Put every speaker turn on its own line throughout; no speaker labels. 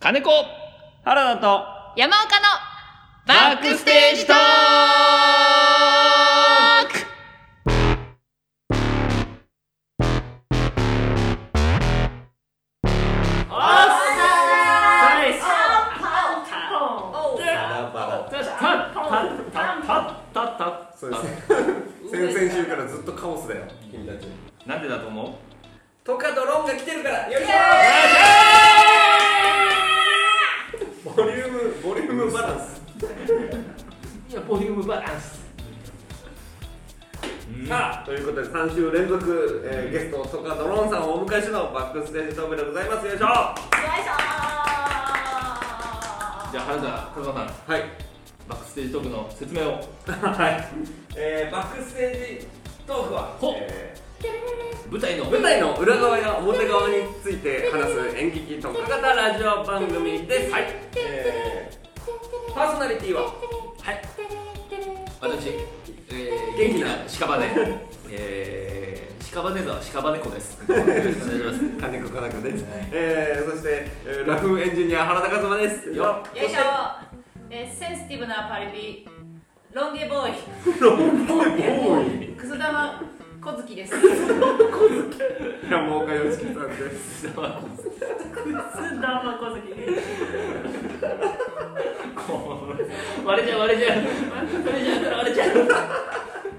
金子
原田と
山岡の
バックステージトーク
そうですね先々週からずっとカオスだよ君たち
なんでだと思う
トカドロンが来てるからよいし
ボリュームボリュームバランスいやボリュームバランスさあということで3週連続、えーゲストトカドロンさんをお迎えしてのバックステージトークでございますよいしょは
じゃあ原田風間さん
い
バックステージトークの説明を
はい
えー、バックステージトークは
ほ
え
舞台の
ー舞台の裏側や表側について話す演劇特化型ラジオ番組ですはい、えー、パーソナリティは
私、えー、
元
元
気
気
な
な屍、 えー、屍沢屍猫です。お願いします
金子かな子です、えー、そして、えー、ラフエンジニア原田和馬です
よ
よいしょえーセンシティブなパリピロン毛ボーイクソ玉小月です
山岡良樹さんです
割れちゃう割れちゃう割れちゃう割れちゃう。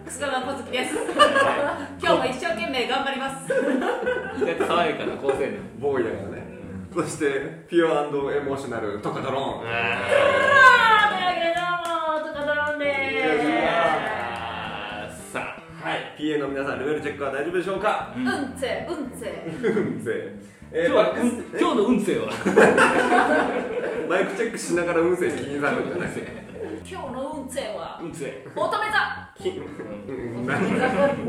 クソ玉小月です今日も一生懸命頑張ります
意外と爽やかな構成で。
ボーイだからねそしてピュアエモーショナルトカタロン
あーさあ、
はい PA の皆さんレベルチェックは大丈夫でしょうか
うんつうんつ
うんぜえ
今
ー、
日は
バッ
うん
ク
今日の運勢は。
スマイクチェックしながら運勢気になるんじゃない
今日のうんつは
運勢。
乙女座
うん何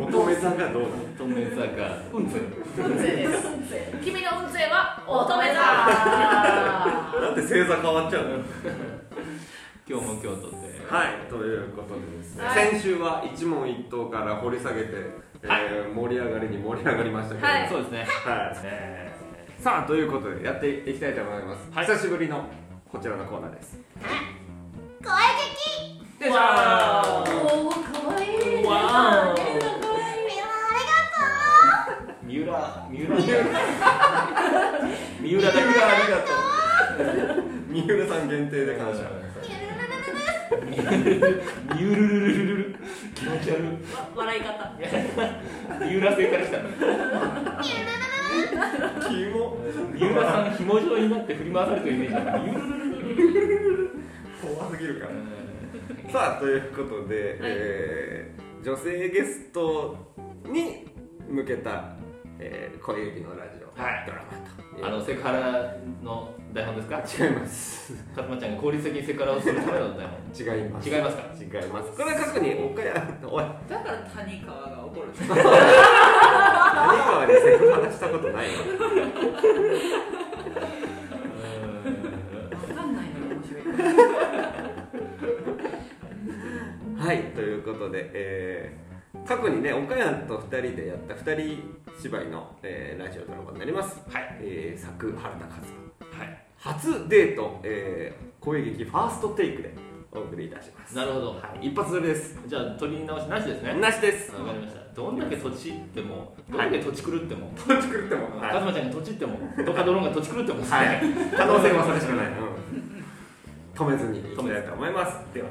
乙女座がどう
乙女座が運勢。
うんつです君のうんつは乙女座
だなんで星座変わっちゃうの
今日も京都で。
はい、ということでですね、
はい
先週は一問一答から掘り下げて、えー盛り上がりに盛り上がりましたけど、
はい
そうですね。
はい
え
さあということでやっていきたいと思います、
はい
久しぶりのこちらのコーナーです
ー、
わあおーかわいい
わー
レナかわいい
三浦三 浦三浦だけがありがとう。
三浦さん限定で感謝
ニュルルルルルル気持ち悪い
わ笑い方
三浦星から来たの
キモ
三浦さん紐状になって振り回されてるイメージだから
怖すぎるからさあということで、えー女性ゲストに向けた、えー、小指のラジオ、
はい
ドラマと
あのセクハラの台本ですか
違います
かつまちゃんが効率的にセクハラをするための台
違います
本違いますか
違いますこれは過去に岡山おい
だから谷川が怒る
谷川にセクハラしたことないよ
わかんないのが面白い。
はいということで、えー過去にね岡山と2人でやった2人芝居の、えーラジオドラマになります、
はい
えー作原田和馬
はい
初デート、えー、声劇ファーストテイクでお送りいたします
なるほど
はい、一発撮りです
じゃあ取り直しなしですね
なしです
わかりましたどんだけ土地ってもどんだけ土地狂っても
こっち狂っても
かつまちゃんが土地ってもドカドローンが土地狂っても
はい、可能性はそれしかない、止めずにいきたいと思いますでは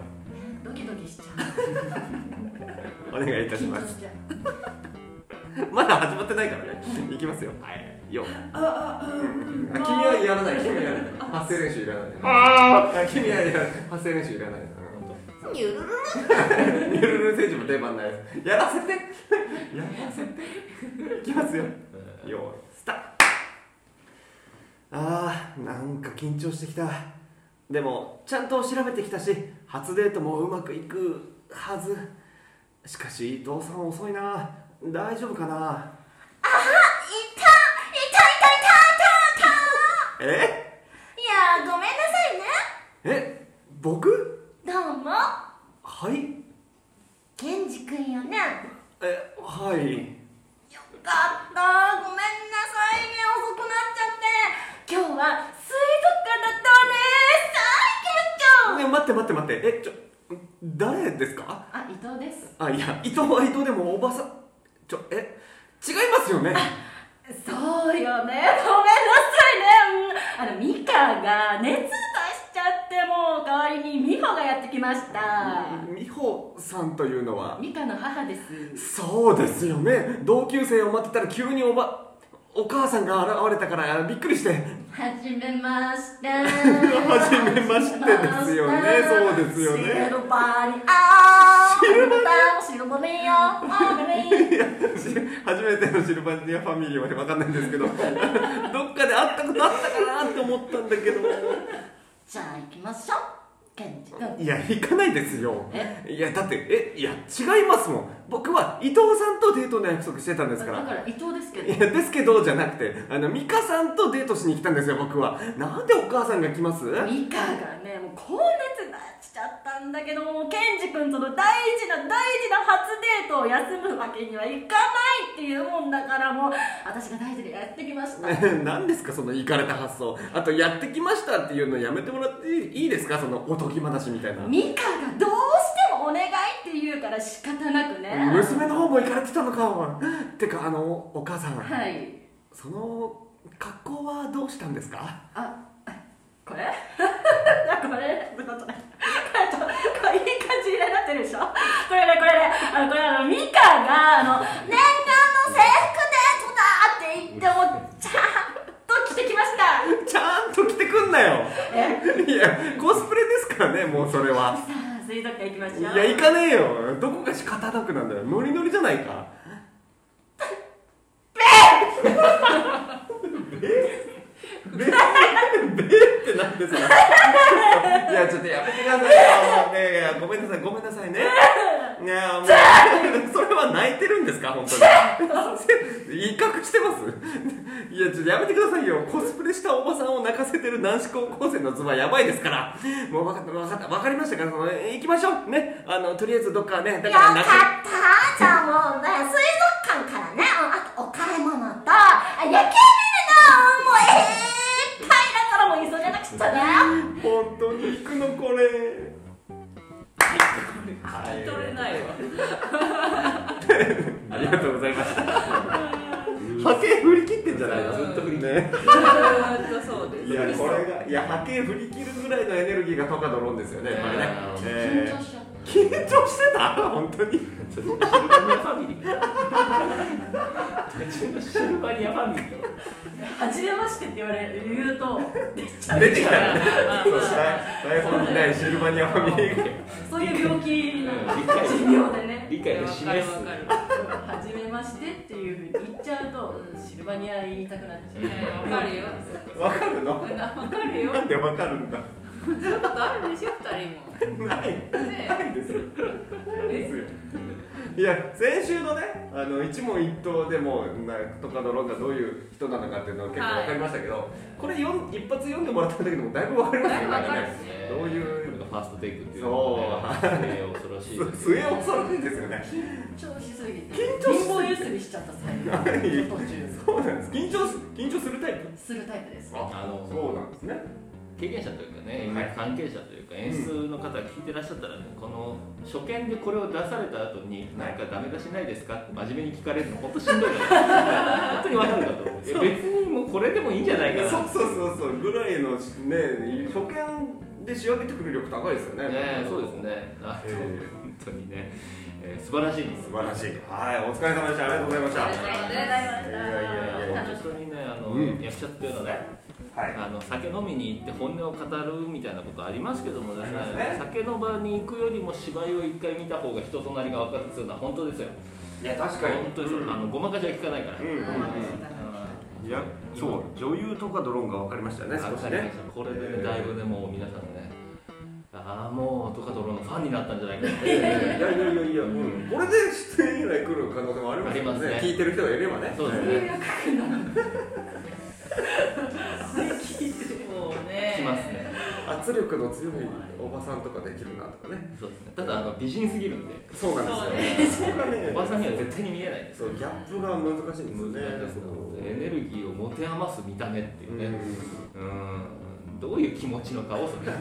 ドキドキしちゃ
お願いいた
う。
し
緊
ま
張
す
しちゃう。
まだ始まってないからねいきますよ
はい
よあ君はやらない君はやらない発声練習いらない
あ
あ君はやらない発声練習いらないゆるるる選手も出番ないですやらせてやらせていきますよよーいスタートあーなんか緊張してきたでもちゃんと調べてきたし初デートもうまくいくはずしかし伊藤さん遅いな大丈夫かな
今日は
ええ僕はいえはい
水族館だっ
待って待って待ってえちょ誰ですか
あ伊藤です
あいや伊藤は伊藤でもおばさんちょえ違いますよね
そうよねごめんなさいねうんあのミカが熱出しちゃってもう代わりに美穂がやってきました
美穂さんというのは
ミカの母です
そうですよね同級生を待ってたら急におばお母さんが現れたからびっくりして
はじめまして
初めましてですよねそうですよ
シ
ね
ルバーにあーシルバーシルバーにあーあーグリーン
いやし初めてのシルバニアファミリーは分かんないんですけど どっかで会ったことあったかなって思ったんだけど
じゃあ行きましょうケンジ君
いや行かないですよ
え
いやだってえいや違いますもん僕は伊藤さんとデートの約束してたんです
だ
か
からら伊藤ですけ
い
ど
やですけどじゃなくてあの美香さんとデートしに来たんですよ僕はなんでお母さんが来ます
ミカがねもう高熱出しちゃったんだけどもうケンジ君との大事な大事な初デートを休むわけにはいかないっていうもんだからもう私が大事でやってきま した
何ですかその行かれた発想あとやってきましたっていうのやめてもらっていいですかそのおとぎ話みたいな
ミカがどうしてもお願いって言うから仕方なくね
娘の方も行かれてたのかてかあのお母さん、
はい
その格好はどうしたんですか
あこれ いやこれちょっとねこれちょっとこれいい感じになってるでしょこれねこれねあのこれあのミカがあの 念願の制服デートだって言ってもちゃんと着てきました
ちゃんと着てくんなよ
え
いやコスプレですからねもうそれは
さあ水族館行きましょう
いや行かねえよどこが仕方なくなんだよノリノリじゃないかベッベッってなんですか いやちょっとやめてくださいよねえいやごめんなさいごめんなさいねねえもう それは泣いてるんですか本当 に威嚇してますい やちょっとやめてくださいよコスプレしたおばさんを泣かせてる男子高校生のズバやばいですからもう分かった分かった分かりましたからその行きましょうねあのとりあえずどっかねだ
よ
か
からった
泣
じゃあもうね水族館からねあとお買い物とあ夜景見るのもういっぱいだからもう急がなくちゃね
本当に行くのこれ
聞き取れないわ
ありがとうございました波形振り切ってんじゃないの
ずっと振り切
ね
ずーっとそうです
いやこれがいや波形振り切るぐらいのエネルギーがトカドロンですよねこれね
緊
え
張
ー
しちゃった
緊張してた本当に
シルバニアファミリーシルバニアファミリー
初めましてって言われる言うと出ちゃう
出てきたよねそうした台本にないシルバニアファミリーが
そういう病気の
うん理解
持病でね
理解が示す
わかる
初めましてっていうふうに言っちゃうとシルバニア言いたくなっちゃう
わかるよ
わかるの
わかるよ
なんでわかるんだ
ちょっとあるでしょ二人も
ない
ね
ないですよないですよいや先週のねあの一問一答でもなトカドロンがどういう人なのかっていうのは結構わかりましたけど、これよん一発読んでもらったんだけどもだいぶわかりますよ
だい
ね
ぶわかる
ねどういう
これがファーストテイクっていうね恐ろしいです
末恐ろしいですよね
緊張しすぎて
緊張しすぎて
貧乏ゆすりしちゃった最後途中
そうなんです緊張す緊張するタイプ
するタイプです
あの
そうなんですね
経験者というかね、
はい
関係者というか演出の方が聞いてらっしゃったらね、この初見でこれを出された後に
は
ないんかダメ出しないですかって真面目に聞かれるの本当しんどいから本当にわかるかと思ういや別にもうこれでもいいんじゃないかな
そうそうそうそうぐらいのね初見で仕上げてくる力高いですよね
ねそうですねあと、
ええ
本当にね、えー素晴らしいです
素晴らしいはいお疲れ様でしたありがとうございました
ありがとうございました
いやいやいや
本当にねあの、
うん
役者っていうのはね
はい
あの酒飲みに行って本音を語るみたいなことありますけどもですね
ありますね
酒の場に行くよりも芝居を一回見た方が人となりが分かるっていうのは本当ですよ
いや確
本当ですよ、あのごまかしは効かないから、
うんうんいやそう女優とかドローンが分かりましたね
あ
少
の
しね
これでねだいぶねもう皆さんねああもうとかドローンのファンになったんじゃ ないかない
やいやいやいや、うん、これで出演以来来る可能性もありますよ
あります
ね
ね
聞いてる人がいればね
そうです
最
ね
そうね
近
来ますね
圧力の強いおばさんとかできるなとかね
そうですねただあの美人すぎるんで
そうなんですよそこがね
おばさんには絶対に見えないんです
そうギャップが難しいんですよ
難
ね
しいですよエネルギーを持て余す見た目っていうね、
う
うんどういう気持ちの顔それ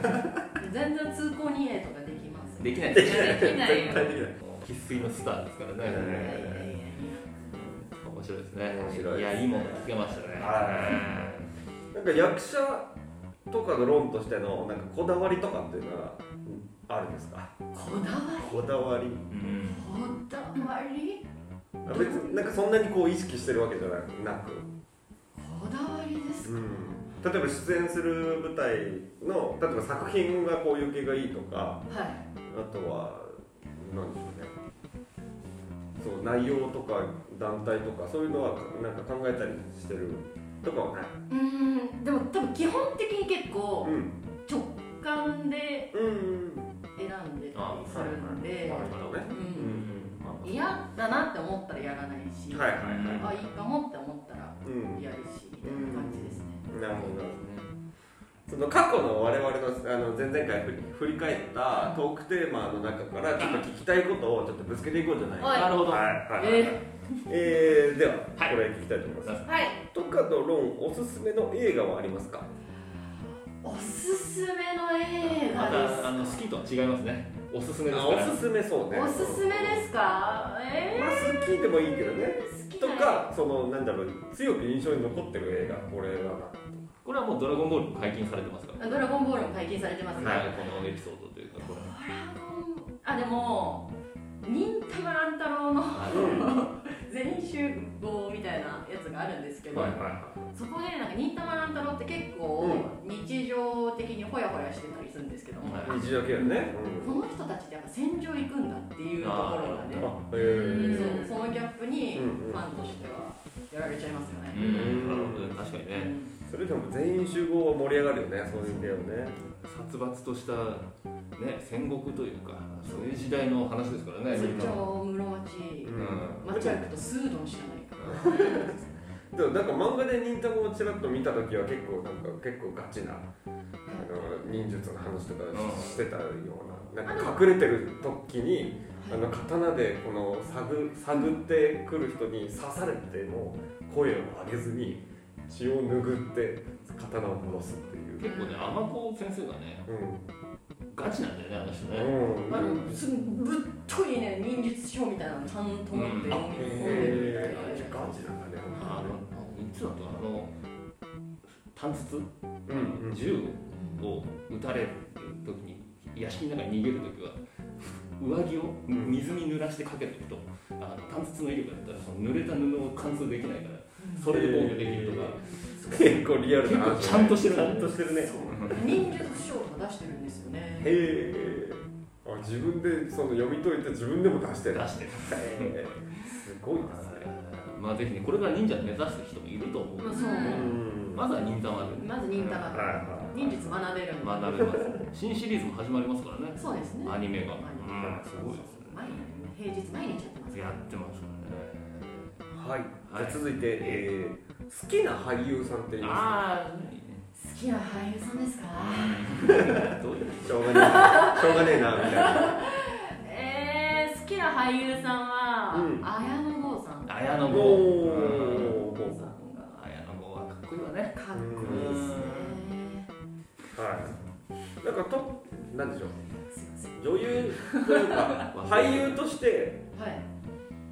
全然通行にえとかできます
でき ない
いやできないよ
絶対できない
生粋のスターですからね、
うん
いやいやいやい
面白いですね
面白いですね
やいいもの聞けましたね
はなんか役者とかの論としてのなんかこだわりとかっていうのはうんあるんですか
やこだわり
こだわり
うん
こだわり
あ別になんかそんなにこう意識してるわけじゃなくなく
こだわりですか、
うん、例えば出演する舞台の例えば作品がこういう系がいいとか
はい
あとは何でしょうねそう内容とか団体とかそういうのはなんか考えたりしてるとかはない、
うーんでも多分基本的に結構
うん、
直感で
うんうん
選んでたりするん
なる
で、
ほどね
う
うんんまあ
嫌だなって思ったらやらないし、
はいはいはい
あいいかもって思ったら
うん
やるしみたいな感じですね、
なるほどその過去の我々のあの前々回振り振り返ったトークテーマの中からちょっと聞きたいことをちょっとぶつけていこうじゃないか
はい
なるほど、
はいはいはい、
え
えーでは、
はい
これ聞きたいと思います。
はい
とかの論おすすめの映画はありますか？
おすすめの映
ま
画です
たあの好きとは違いますねおすすめです
あ
か
お
ら
すすめそうね。
おすすめですか
まあ
え
好きでもいいけどね。
ー、好き
と
な
かそのなんだろう強く印象に残ってる映画これは
これはもう「ドラゴンボール」も解禁されてますから
ドラゴンボールも解禁されてますね、
はい、このエピソードというか、これ。
ドラゴンあでも忍たま乱太郎の 全員集合みたいなやつがあるんですけど、
はい
は
そこでなんか忍たま乱太郎って結構日常的にホヤホヤしてたりするんですけども、
はい
日常系ね。
この人たちってやっぱ戦場行くんだっていうところが
う
ね
ん。あへ
ー
え。
そうそのギャップに
うんうん
ファンとしてはやられちゃいますよ
う
ね、
ん、なるほどね、確かに
う
ね、
ん
それでも全員集合は盛り上がるよねそういう系をね。
殺伐とした、ね、戦国というか、そういう時代の話ですからね、
出
みんな。
張室町
うん
町歩くとスードンしかないか
でもなんか漫画で忍たまをちらっと見た時は結構なんか結構ガチなあの忍術の話とかしてたようななんか隠れてる時にあの刀でこの探探ってくる人に刺されても声を上げずに血を拭って刀を戻すっていう。
結構ね、天子先生がね、
う
ガチなんだよね、あの人ね。
ん
ら、あ
う
の
ん
すぶっといね忍術書みたいなのちゃんと持って読み込んでる
へ
みたい
ー
な
ガチなんだね。
あの、いつだと、あの。短筒、
うんうん。
銃を撃たれる時に、屋敷の中に逃げる時は。上着を水に濡らしてかけておくと、あの短筒の威力だったら、その濡れた布を貫通できないから、それで防御できるとか。
結構リアルな話
結構ちゃんとしてる
ちゃんとしてるね。
忍術書とか出してるんですよね
へえ。あ自分でその読み解いて自分でも出して
出
る。
してる
へーすごいですね。
まあぜひねこれから忍者目指す人もいると思う、
まあそう
うん
まずは忍たまでね
まず忍た
はい
ま
はい。
忍術学べるの
学べます 新シリーズも始まりますからね
そうですね
アニメが、う
はい
ん、すごいです
毎日平日毎日やってます
ね
か
や
ら
ってますから
はい、じゃ
は
あ
い
続いて、えー好きな俳優さんってい
ね
ますか
あ
好きな俳優さんですか
あどういう
しょうがねえなしょうがねえなみたい な
えー、好きな俳優さんは、
うん
綾野剛さんか
綾野剛
おー
綾野剛はかっこいいわね
っこいいですね
はいなんかとなんでしょう
すいません
女優というか俳優として
はい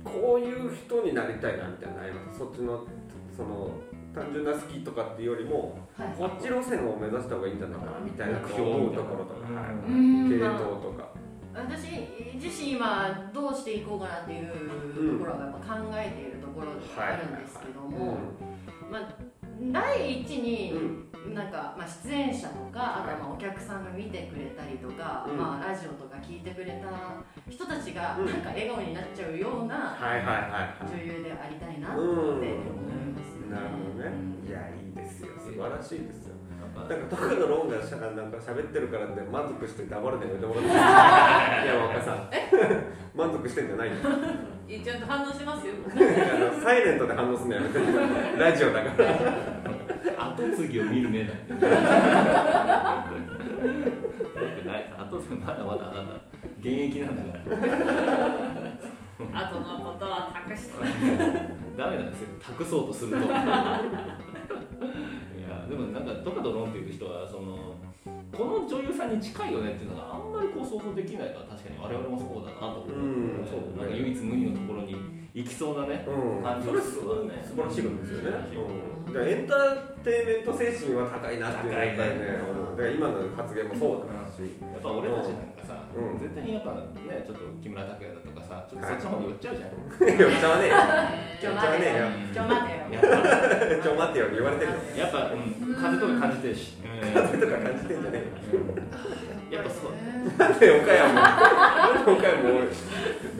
こういう人になりたいなみたいなのありますそっちのその単純な好きとかっていうよりも
はい
こっち路線を目指した方がいいんじゃないかなみたい
目
なこ
標
う思う
みた
と
いな
ころとか、は
う
うー
い
ん、
系
ま
統とか
あ、私自身今どうしていこうかなっていうところがやっぱ考えているところではあるんですけども、まあ、第一に、
うん
なんか、まあ、出演者とかあとは
は
いまあお客さんが見てくれたりとか、
うん
まあ、ラジオとか聞いてくれた人たちが
うん
なんか笑顔になっちゃうような
はいはいはい
女優でありたいなって
う
思い
ん
ますね。
なるほどね
うん。
いや、いいですよ。素晴らしいですよ。
やっ
なんか、徳のローンがしゃなんか喋ってるからって満足して黙るのやめてもらっていいで すかいや、若さん。 満足してんじゃないよ。あ
いやちゃんと反応しますよ
のサイレントで反応するのやめて。ラジオだから。
ぱ後継ぎを見る 目だねよくない後継ぎまだまだあなた現役なんだから
後のことは託して
ダメなんですよ託そうとするといやでもなんかドカドロンっていう人はそのこの女優さんに近いよねっていうのがあんまりこう想像できないから確かに我々もそうだなと思う,、
うん
そう
そうね
なんか唯一無二のところに行きそうなね
うん、それすごいね素晴らしいことですよね、うん、だからエンターテインメント精神は高いなっていうのはやっぱりね、うん、だから今の発言もそうだな し、
やっぱ俺たちなんかさ、
うん
絶対にやっぱねちょっと木村拓哉だとかさちょっとそっちの方に寄っちゃうじゃん、
いや歌わねえよ
ちょ待てよ
うんやっぱ
ちょ待てよ
ちょ待ってよ言 われてるの
やっぱ、うん、風とか感じてるし、うん
とか感じてんじゃね
うんやっぱそう
えなんで岡山も岡山も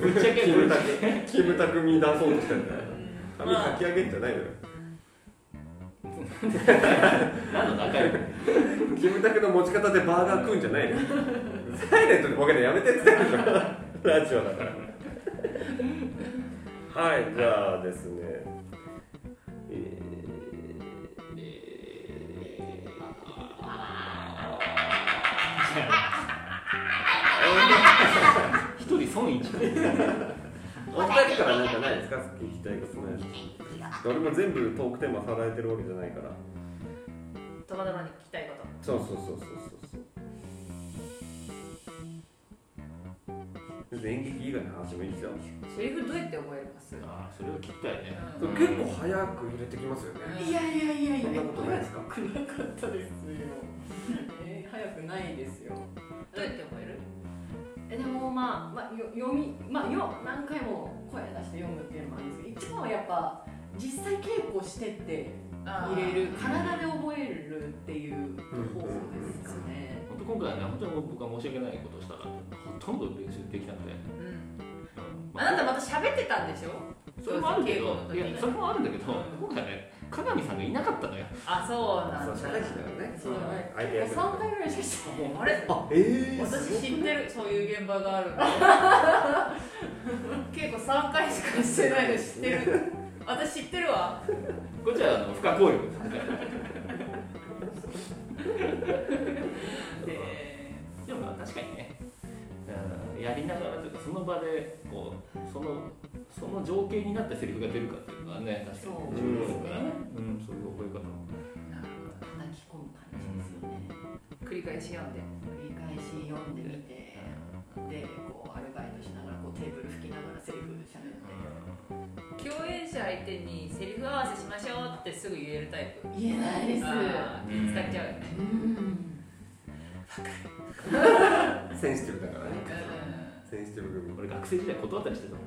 ぶっちゃけ
キムタクキムタク見出そうとしてんだよ髪かき上げんじゃないのよ
何の仲良く
キムタクの持ち方でバーガー食うんじゃないのよサイレントでボケてやめてって言ってるでしょラジオだからはいじゃあですねえ
一人損一
ーお二人からなんかないですかさっき聞きたいことないです俺も全部トークテーマさらえてるわけじゃないから
ドバドバに聞きたいこと
そうそうそうそうそうそう演劇以外の話もいいですよ
セリフどうやって覚えます
ああそれを聞きたいね
う
結構早く入れてきますよね
いやいやいやいや
そんなことないですか
早くなかったですよ、えー早くないですよ
どうやって覚える
えでもまあ、まあ、よ読みまあよ何回も声出して読むっていうのもあるんですけど一番はやっぱ実際稽古してって入れる体で覚えるっていう方法ですね、
本当今回はね本当に僕は申し訳ないことをしたからほとんど練習できなくて、うん
うん
ま
あなたまた喋ってたんでしょ
それもあるけ
稽古
ど
の時
いやそれもあるんだけど今回ね加賀美さんがいなかったのよ
あそうなん
そう
だ
社会人だからね
そうだね
相手役
3回ぐらいしかしてない
あれ
あええ
私知ってるそういう現場があるの稽古3回しかしてないの知ってる私知ってるわ
こっちはあの不可抗力
へ
でもまあ確かにね、うんやりながらというかその場でこうそのその情景になったセリフが出るかっていうのはね確かに重要ですからね、うん、そういう覚え方も
なるほど叩き込む感じですよね
ー繰り返し読んで
繰り返し読んでみてでこうアルバイトしながらこうテーブル拭きながらセリフしゃべって
共演者相手にセリフ合わせしましょうってすぐ言えるタイプ
言えないです
あー気使っちゃうよね
うん
センシティブだからね
う
センシティブ
俺
組
学生時代断ったりしてたもん
ん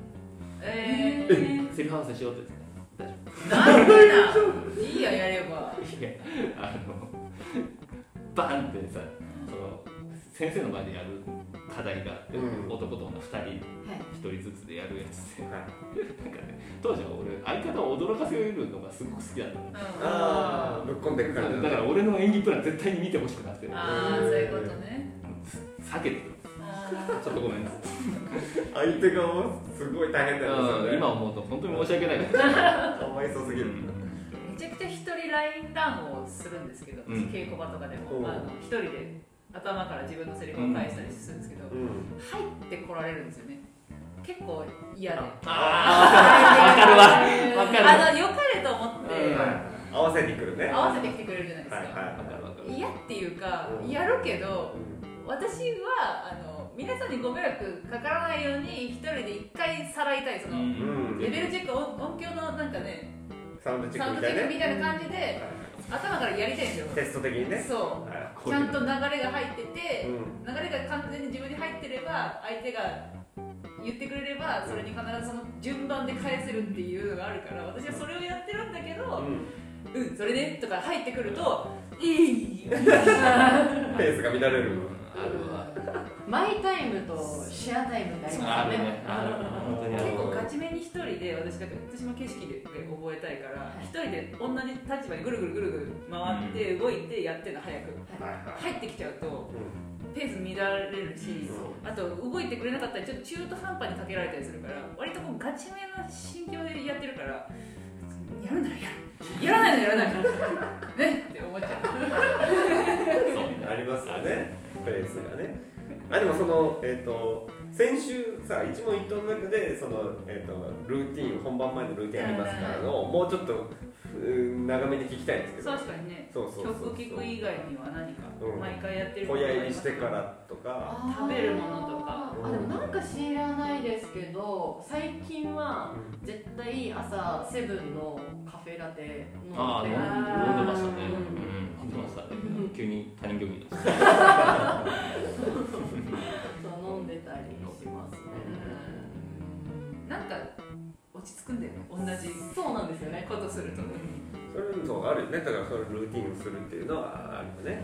えー
セリフ合わせしようって言って
なんでないいややれば
大丈夫いやあのバンってさその先生の前でやる課題があって、
うん
男と女2人
はい
1人ずつでやるやつで
はい
なんかね当時は俺相方を驚かせるのがすごく好きだったの
うん
ああぶっこんでく感じ
だから俺の演技プラン絶対に見てほしくなくて
あーそういうことね
避けてた
あ
ちょっとごめんなさい
相手側もすごい大変だよね
うん今思うと本当に申し訳ないです
かわいそうすぎる
ーめちゃくちゃ一人ラインランをするんですけど、
うん
稽古場とかで
うん
もあの一人で頭から自分のセリフを返したりするんですけど、
う
入
ん
ってこられるんですよね結構嫌で
あーわかるわわかるわ
あの良かれと思って、
うん
合わせに来るね
合わせてきてくれるじゃないですか、
はい
わか
は
るわかる
嫌っていうかやるけど私はあの皆さんにご迷惑かからないように一人で一回さらいたいその、
ん
レベルチェック音音響のなんかね
いサウンドチェ
サ
ッ
ウン
ク
ド
み
チ
た
ェ
い
ッ
な
クみたいな感
ね
じで
は
頭からやりたいんですよ
いテスト的にね
そ
は
うちゃんと流れが入って
い
て、流れが完全に自分に入ってれば相手が言ってくれればそれに必ずその順番で返せるっていうのがあるから私はそれをやってるんだけど
うん
「うん、それね」とか入ってくると「いい」
ペースが乱れる
あるわ
マイタイムとシェアタイムがあ
ある
りますよ
ね
ね
ある本当にあ
結
る
構ガチめに一人で私だから私も景色で覚えたいから一人で同じ立場にぐるぐるぐるぐる回って動いてやってるの早く
はいは
入ってきちゃうと
いうん
ペース乱れるしあと動いてくれなかったりちょっと中途半端にかけられたりするから割とこうガチめな心境でやってるからやるならやるやらないならやらない ねって思っちゃう
そう
ありますよね、プレースがね。あでもその、えー、と先週さ、一問一答の中でその、えー、とルーティン、本番前のルーティンありますからの、もうちょっとうん長めに聞きたいんですけど
確かにね
そうそうそう
曲聴く以外には何か
うん
毎回やってる
小
があ
屋
り
入
ま
り
す
してからとか
ー食べるものとか
あでもなんか知らないですけど最近は
う
絶対朝セブンのカフェラテ
あ
飲
あ
ん
飲ん飲
で
んでましたね、
う
うん、飲んでましたね
うん
急に他人行儀だ
そう飲んでたりしますね
なんか落ち着くんだよね同じ
そうなんですよね
ことすると
それそうあるよねだからそれルーティンをするっていうのはあるよね、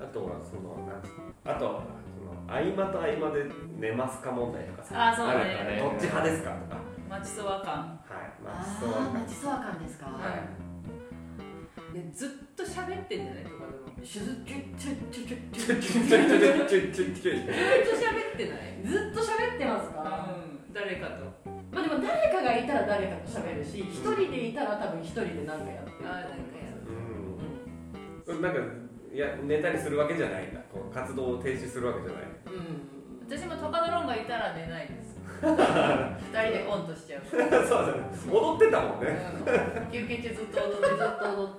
うん、あとはそのなんつうのあとはその合間と合間で寝ますか問題とかさ
あーそう
あ
だ
る
ね
からねどっち派ですかとかは
待ちそわ感
いまあ
あ
そう
あ
は
ー町そわかんですか、
でずっと喋ってんじゃないとかでも
しゅずちゅちゅちゅちゅちゅ
ちょちょちょちょちょちょちょ
ずっ
ちょ
と喋ってない
ずっと喋ってますか、
うん誰かと
まあでも誰かがいたら誰かと喋るし一人でいたら多分一人で何かやってると
あー
思い
なんかや
ま
うんなんかいや寝たりするわけじゃないんだこう活動を停止するわけじゃ ない
すうん
私もトカドロンがいたら寝ないです二人でオンとしちゃう
そうだね踊ってたもんね
うん
休憩中ずっと踊っ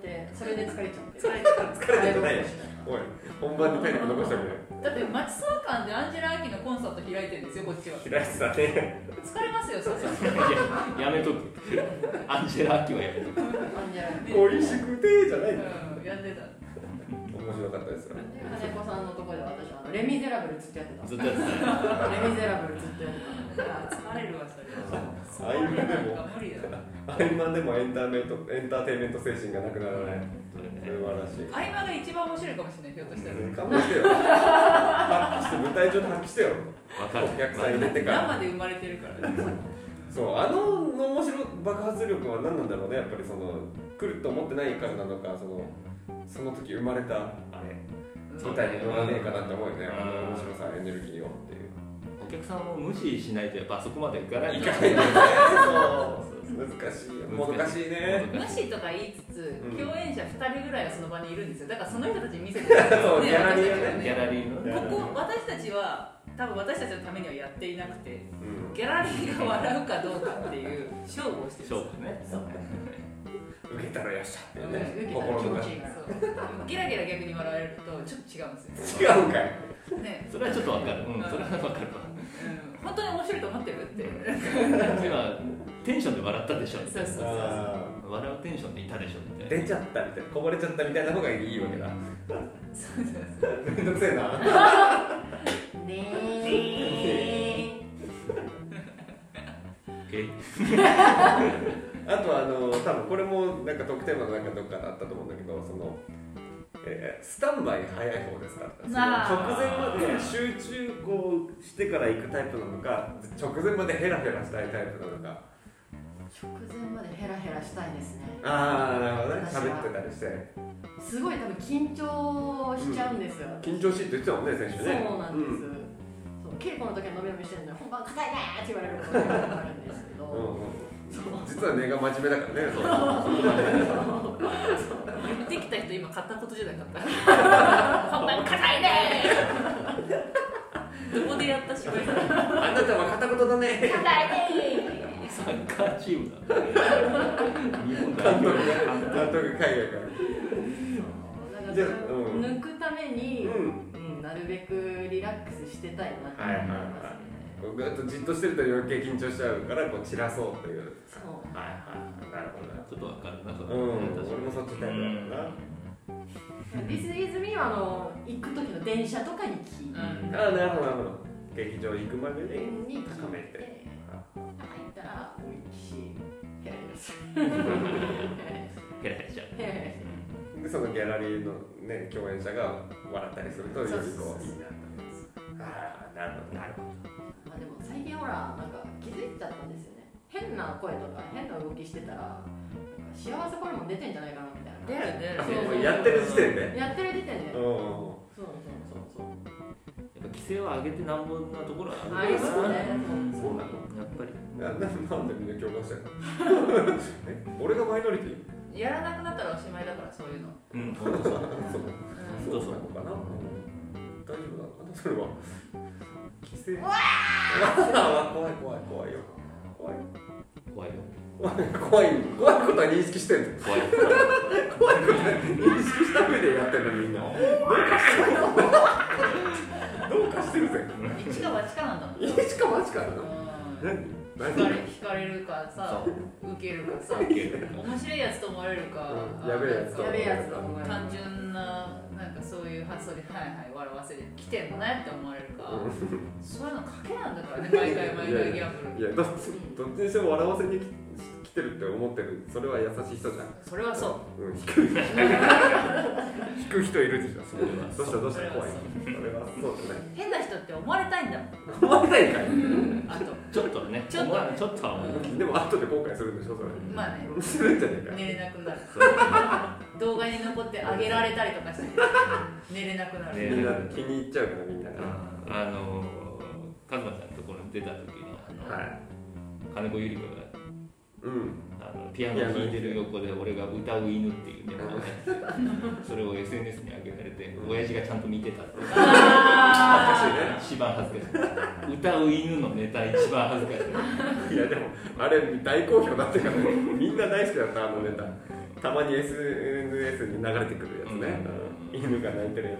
てずっと踊ってそれで疲れちゃって
疲れてた
疲れてないよおい本番に体力残したくない
だってマチソワ館でアンジェラ・アキのコンサート開いてるんですよこっちは
平井さん ね
疲れますよさすがに
いややめとくアンジェラ・アキはやめとく
なんじゃない
「美味しくて」じゃないんだ
うんやってた
面白かったですよね
金子さんのところで私あのレ・ミゼラブルずっとやってた
ずっとやってたね
レ・ミゼラブルずっとやって
疲れるわそれ
合間でも
なんか無理だ
合間でもエンターメントエンターテインメント精神がなくならない
それね
素晴らしい
合間が一番面白いかもしれないひょっとしたら
勘弁してよ発揮して舞台上で発揮してよ
わかる
お客さん入れてから
生で生まれてるからね
そうあの面白い爆発力は何なんだろうねやっぱりその来ると思ってないからなのかそのその時生まれたあれ
そう
舞
だ
台に乗らねえかなって思うよね
うん
あの面白さエネルギーをっていう
お客さんを無視しないとやっぱあそこまでいかない
い
か
からないよね
そう
そう難しいよも
難しい
どかしいね
無視とか言いつつ
うん
共演者2人ぐらいはその場にいるんですよだからその人たちに見せてるんです
そ
よ
うギャラリーをね
ギャラリーの
こ
ね
こ私たちは多分私たちのためにはやっていなくて
うん
ギャラリーが笑うかどうかっていう勝負をしてる
勝負ね
受けたらよっしゃってい
た受
うね
けたら
心
気
の
持
中
ちいいから
そうギラギラ逆に笑われるとちょっと違うんです
違うんかい
よね、
それはちょっとわかるうんそれはわかるわ
うん、本当に面白いと思ってるって
今テンションで笑ったでしょ
そうそうそう
あ
笑うテンションでいたでしょみ
ー
たい
出ちゃったみたいなこぼれちゃったみたいな方がいいわけだ
そうそうそう
めんどくせえな
ねえ
なえ
あとはあの多分これもなんか特典の中どっかだったと思うんだけどその、えースタンバイ早い方ですかその
あ
ー
直前まで集中こうしてから行くタイプなのか直前までヘラヘラしたいタイプなのか
直前までヘラヘラしたいですね
ああなるほどね
私は
喋ってたりして
すごい多分緊張しちゃうんですよ、
緊張しいって言ってたもんね選手ね
そうなんです、そう稽古の時は伸び伸びしてるのに本番硬いねーって言われることがあるんですけ
うん
ど
うんうん実は根が真面目だからねそう
言ってきた人今買ったことじゃなかっ た本番硬いねどこでやった芝居さん硬
あなたは片言だね
いね
サッカーチームだ日本代表
監督海外から
だから
じゃ
それを
あうん
抜くために、
うん
うん、なるべくリラックスしてたいなって思いますね、
こうぐっとじっとしてると余計緊張しちゃうからこう散らそうっていう
そう
はいはいなるほどね
ちょっとわかるなそれ
うん、
確か
俺もそっちタイプだからな。
「This is me」はあの行く時の電車とかに聞いて、
うん
ああ、なるほど、なるほど。劇場行くまでに。
に聞い
高め
て
て
入ったら美味しいヘラヘラする
ヘラヘラしちゃう
ヘラヘラする
で、そのギャラリーのね、共演者が笑ったりすると、よりこう、いいなと思います。ああ、なるほど、なるほど。
まあでも最近ほらなんか気づいちゃったんですよね変な声とか変な動きしてたらなんか幸せホルモン出てんじゃないかなみたいな
出る出る
そうそうそう
やって
やってる
る時点で。
時点で
う
そ
ん
う
うん
そうそうそう
やっぱ規制を上げてなんぼなところは
ありそうね
うん
そうなの
やっぱり
うん。ななんでみんな共感してるの え俺がマイノリティ
やらなくなったらおしまいだからそういうの、
うん本当そう
そう
そ
う
う
そうなのかなうん大丈夫なのかなそれは。 規制。わあ怖い怖い怖いよ。怖いよ。
怖いよ
怖い怖いことは認識してる
怖い
怖いことは認識した上でやってるのみんなどうかしてるどうかしてるぜ
一か八かなんだもん
いしかマジかな
うん
何
惹
何
かれ惹かれるかさ受けるかさ
いける
面白いやつと思われるか
うんやべえやつと
な
や
んか
べえやつだお前
単純ななんかそういう発想ではいはい笑わせて来てんのねって思われるかそういうの賭けなんだからね毎回毎回ギャンブ
い
ル
やどっちどっちにしても笑わせにき来てるって思ってるそれは優しい人じゃん
それはそう
うん引 く引く人いるでしょ
それは
どうしたどうした怖い
そ
それはそうだね
変な人って思われたいんだもん
思わないかい
あと
ちょっとね
ちょっと
お前ちょっとは思う
でも後で後悔するんでしょそれ
まあね
するんじゃねえか
寝れなくなる
そう
動画に残ってあげられたりとかして寝れなくなる、
ね
みんな気に入っちゃうからみんなが
あのカズマちゃんのところに出た時のあの、
はい
金子ゆり子
うん
があのピアノ弾いてる横で俺が「歌う犬」っていうネタをねそれを SNS に上げられて親父がちゃんと見てたっていう
あ
恥ずか
一番恥ずかしい歌う犬のネタ一番恥ずかしい
しいねいやでもあれ大好評だったからみんな大好きだったあのネタたまに SNS に流れてくるやつね、
うん
うん犬が鳴いてるや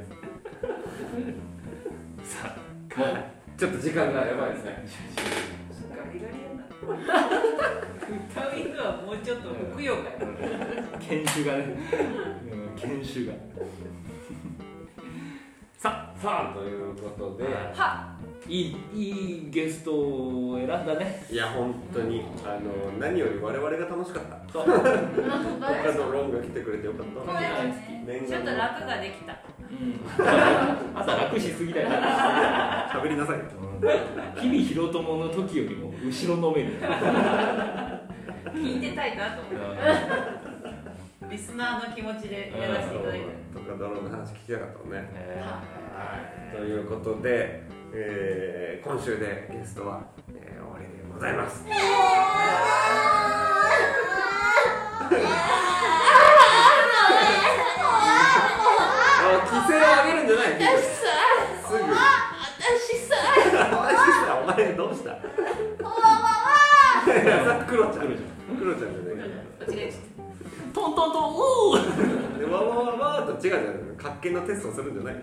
さあもう
つちょっと時間がやばいですね
ーガリガリやな歌う犬はもうちょっとふくよかよ
研修がね、うん研修が。さあ、さ
ということで
はい
い、いいゲストを選んだね。
いや本当にあの何より我々が楽しかった
そう、
本当
他のロンが来てくれてよかっ
ご
た
めん
わ
ねちょっと楽ができた
うん、朝楽しすぎだよ。
喋りなさい
日々広友の時よりも後ろのめり。
聞いてたいなと思っ
う
てリスナーの気持ちでやらせていただいて
とかドローンの話聞きやがったね
んね
はいということで、えー今週でゲストは、えー終わりでございますあ規制を上げるんじゃない
私さ
す
私
ぐ
さ
お前したお前どうした
わわわ
クロちゃんクロちゃんじゃない
間違えちゃっ
トントントン、おお。
でわわわわーと違うじゃない格剣のテストをするんじゃない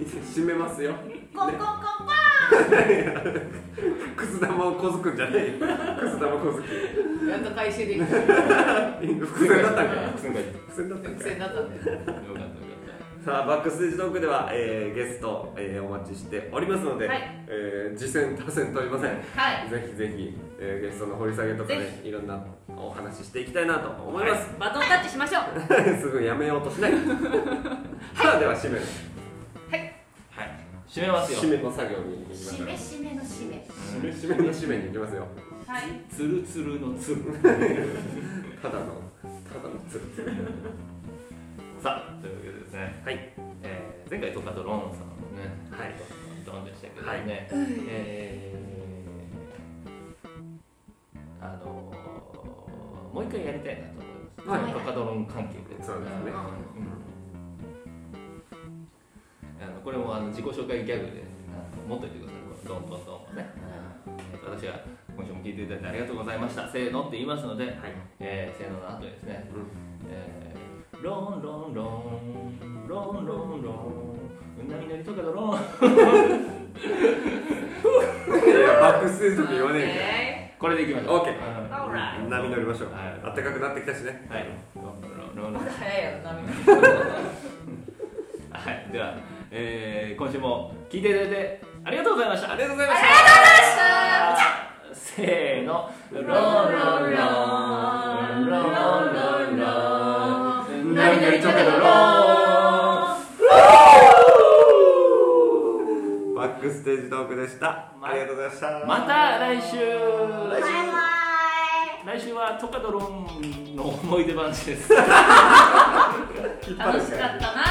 締めますよ
コンコンコンパ
くす玉をこづくんじゃないくす玉こづき
うんやっと回収できた
伏線だったんか
伏線がいい。よ
伏線だったん
伏
か
線だったんで
かった、よかっ
さあバックステージトークでは、えーゲスト、えーお待ちしておりますので、
はい
えー次戦多戦問いません
たはい
ぜひぜひ、えーゲストの掘り下げとか
ぜ
ねいろんなお話ししていきたいなと思います、
バトンタッチしましょう
すぐやめようとしないさあでは締め
た。
の
はい、締めますよ
締。めの作業に行きましょ
締
う
め締めの締め
締め締めの締めに行きますよ
はい
つるつるのつる。
ただのただのつるつる
さあ、というわけでですね。
はい。
えー前回とかドローンさんのね。
はい
ドンでしたけどね、
はい
えー、あのー、もう一回やりたいなと思います、
はい
トカドロン関係で
そうですね
うんあのこれもあの自己紹介ギャグであの持っといてくださいこのドンドンドンもね、うん私は今週も聞いていただいてありがとうございましたせーのって言いますので、えー、せーのの後にですね、
うん
えーロンロンロンロンロンロン波乗りとかドローン
いやバックステージとか言わねえから
え
これでいきましょう。
オーケー
うん
ーオーライ
波乗りましょう、
はい
暖かくなってきたしね
はい。ロンロンロンロ
ま
ン
だ早いよ波が
はい。では、えー、今週も聞いていただいてありがとうございました。ありがとうございました。せーの。ロンロンロンロンロンロン。
何々ちょけどロ
バックステージトークでした
ま
ありがとうございました
また来週。
来週
来週はトカドロンの思い出話です。
引っ張る
楽しかったな